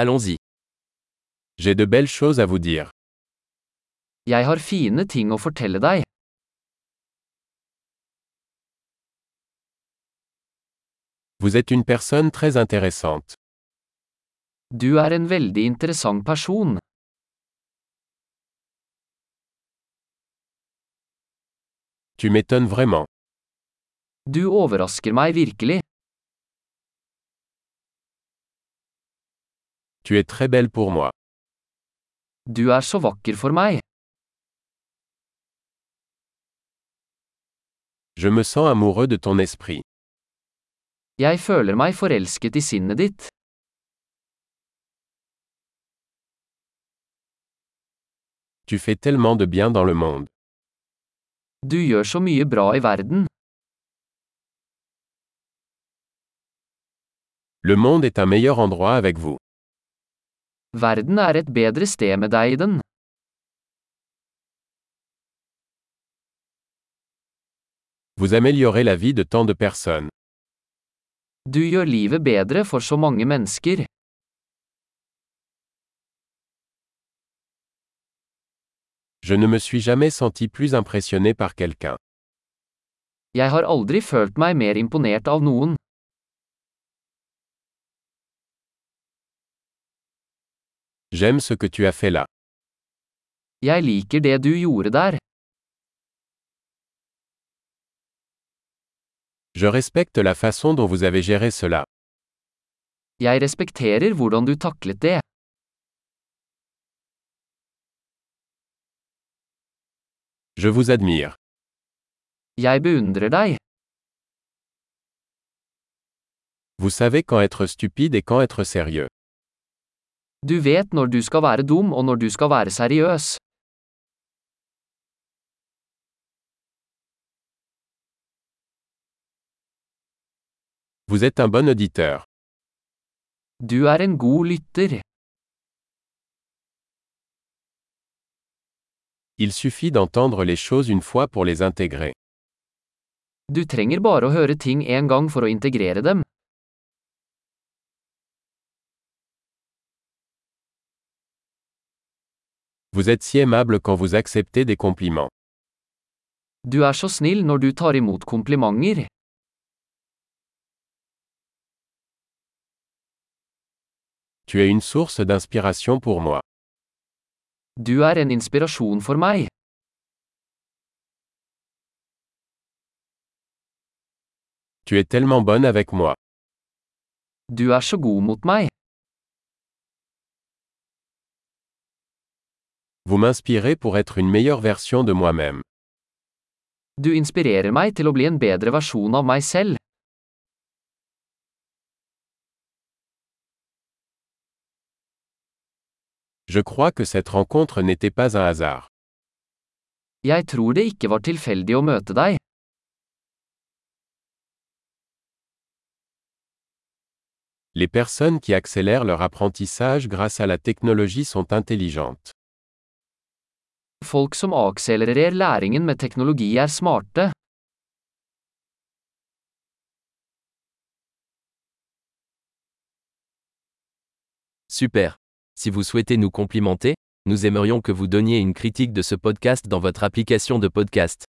Allons-y. J'ai de belles choses à vous dire. Jeg har fine ting å fortelle deg. Vous êtes une personne très intéressante. Du er en veldig interessant person. Tu m'étonnes vraiment. Du overrasker meg virkelig. Tu es très belle pour moi. Du er så vakker for meg. Je me sens amoureux de ton esprit. Jeg føler meg forelsket i sinnet ditt. Tu fais tellement de bien dans le monde. Du gjør så mye bra i verden. Le monde est un meilleur endroit avec vous. Verden er et bedre sted med deg i den. Vous améliorez la vie de tant de personnes. Du gjør livet bedre for så mange mennesker. Je ne me suis jamais senti plus impressionné par quelqu'un. Jeg har aldri følt meg mer imponert av noen. J'aime ce que tu as fait là. Jeg liker det du gjorde der. Je respecte la façon dont vous avez géré cela. Jeg respekterer hvordan du taklet det. Je vous admire. Jeg beundrer deg. Vous savez quand être stupide et quand être sérieux. Du vet når du skal være dum og når du skal være seriøs. Vous êtes un bon auditeur. Du er en god lytter. Il suffit d'entendre les choses une fois pour les intégrer. Du trenger bare å høre ting en gang for å integrere dem. Vous êtes si aimable quand vous acceptez des compliments. Du er så snill når du tar imot komplimenter. Tu es une source d'inspiration pour moi. Du er en inspirasjon for meg. Tu es tellement bonne avec moi. Du er så god mot meg. Vous m'inspirez pour être une meilleure version de moi-même. Du inspirerer meg til å bli en bedre versjon av meg selv. Je crois que cette rencontre n'était pas un hasard. Jeg tror det ikke var tilfeldig å møte deg. Les personnes qui accélèrent leur apprentissage grâce à la technologie sont intelligentes. Folk som akselererer læringen med teknologi er smarte. Super. Si vous souhaitez nous complimenter, nous aimerions que vous donniez une critique de ce podcast dans votre application de podcast.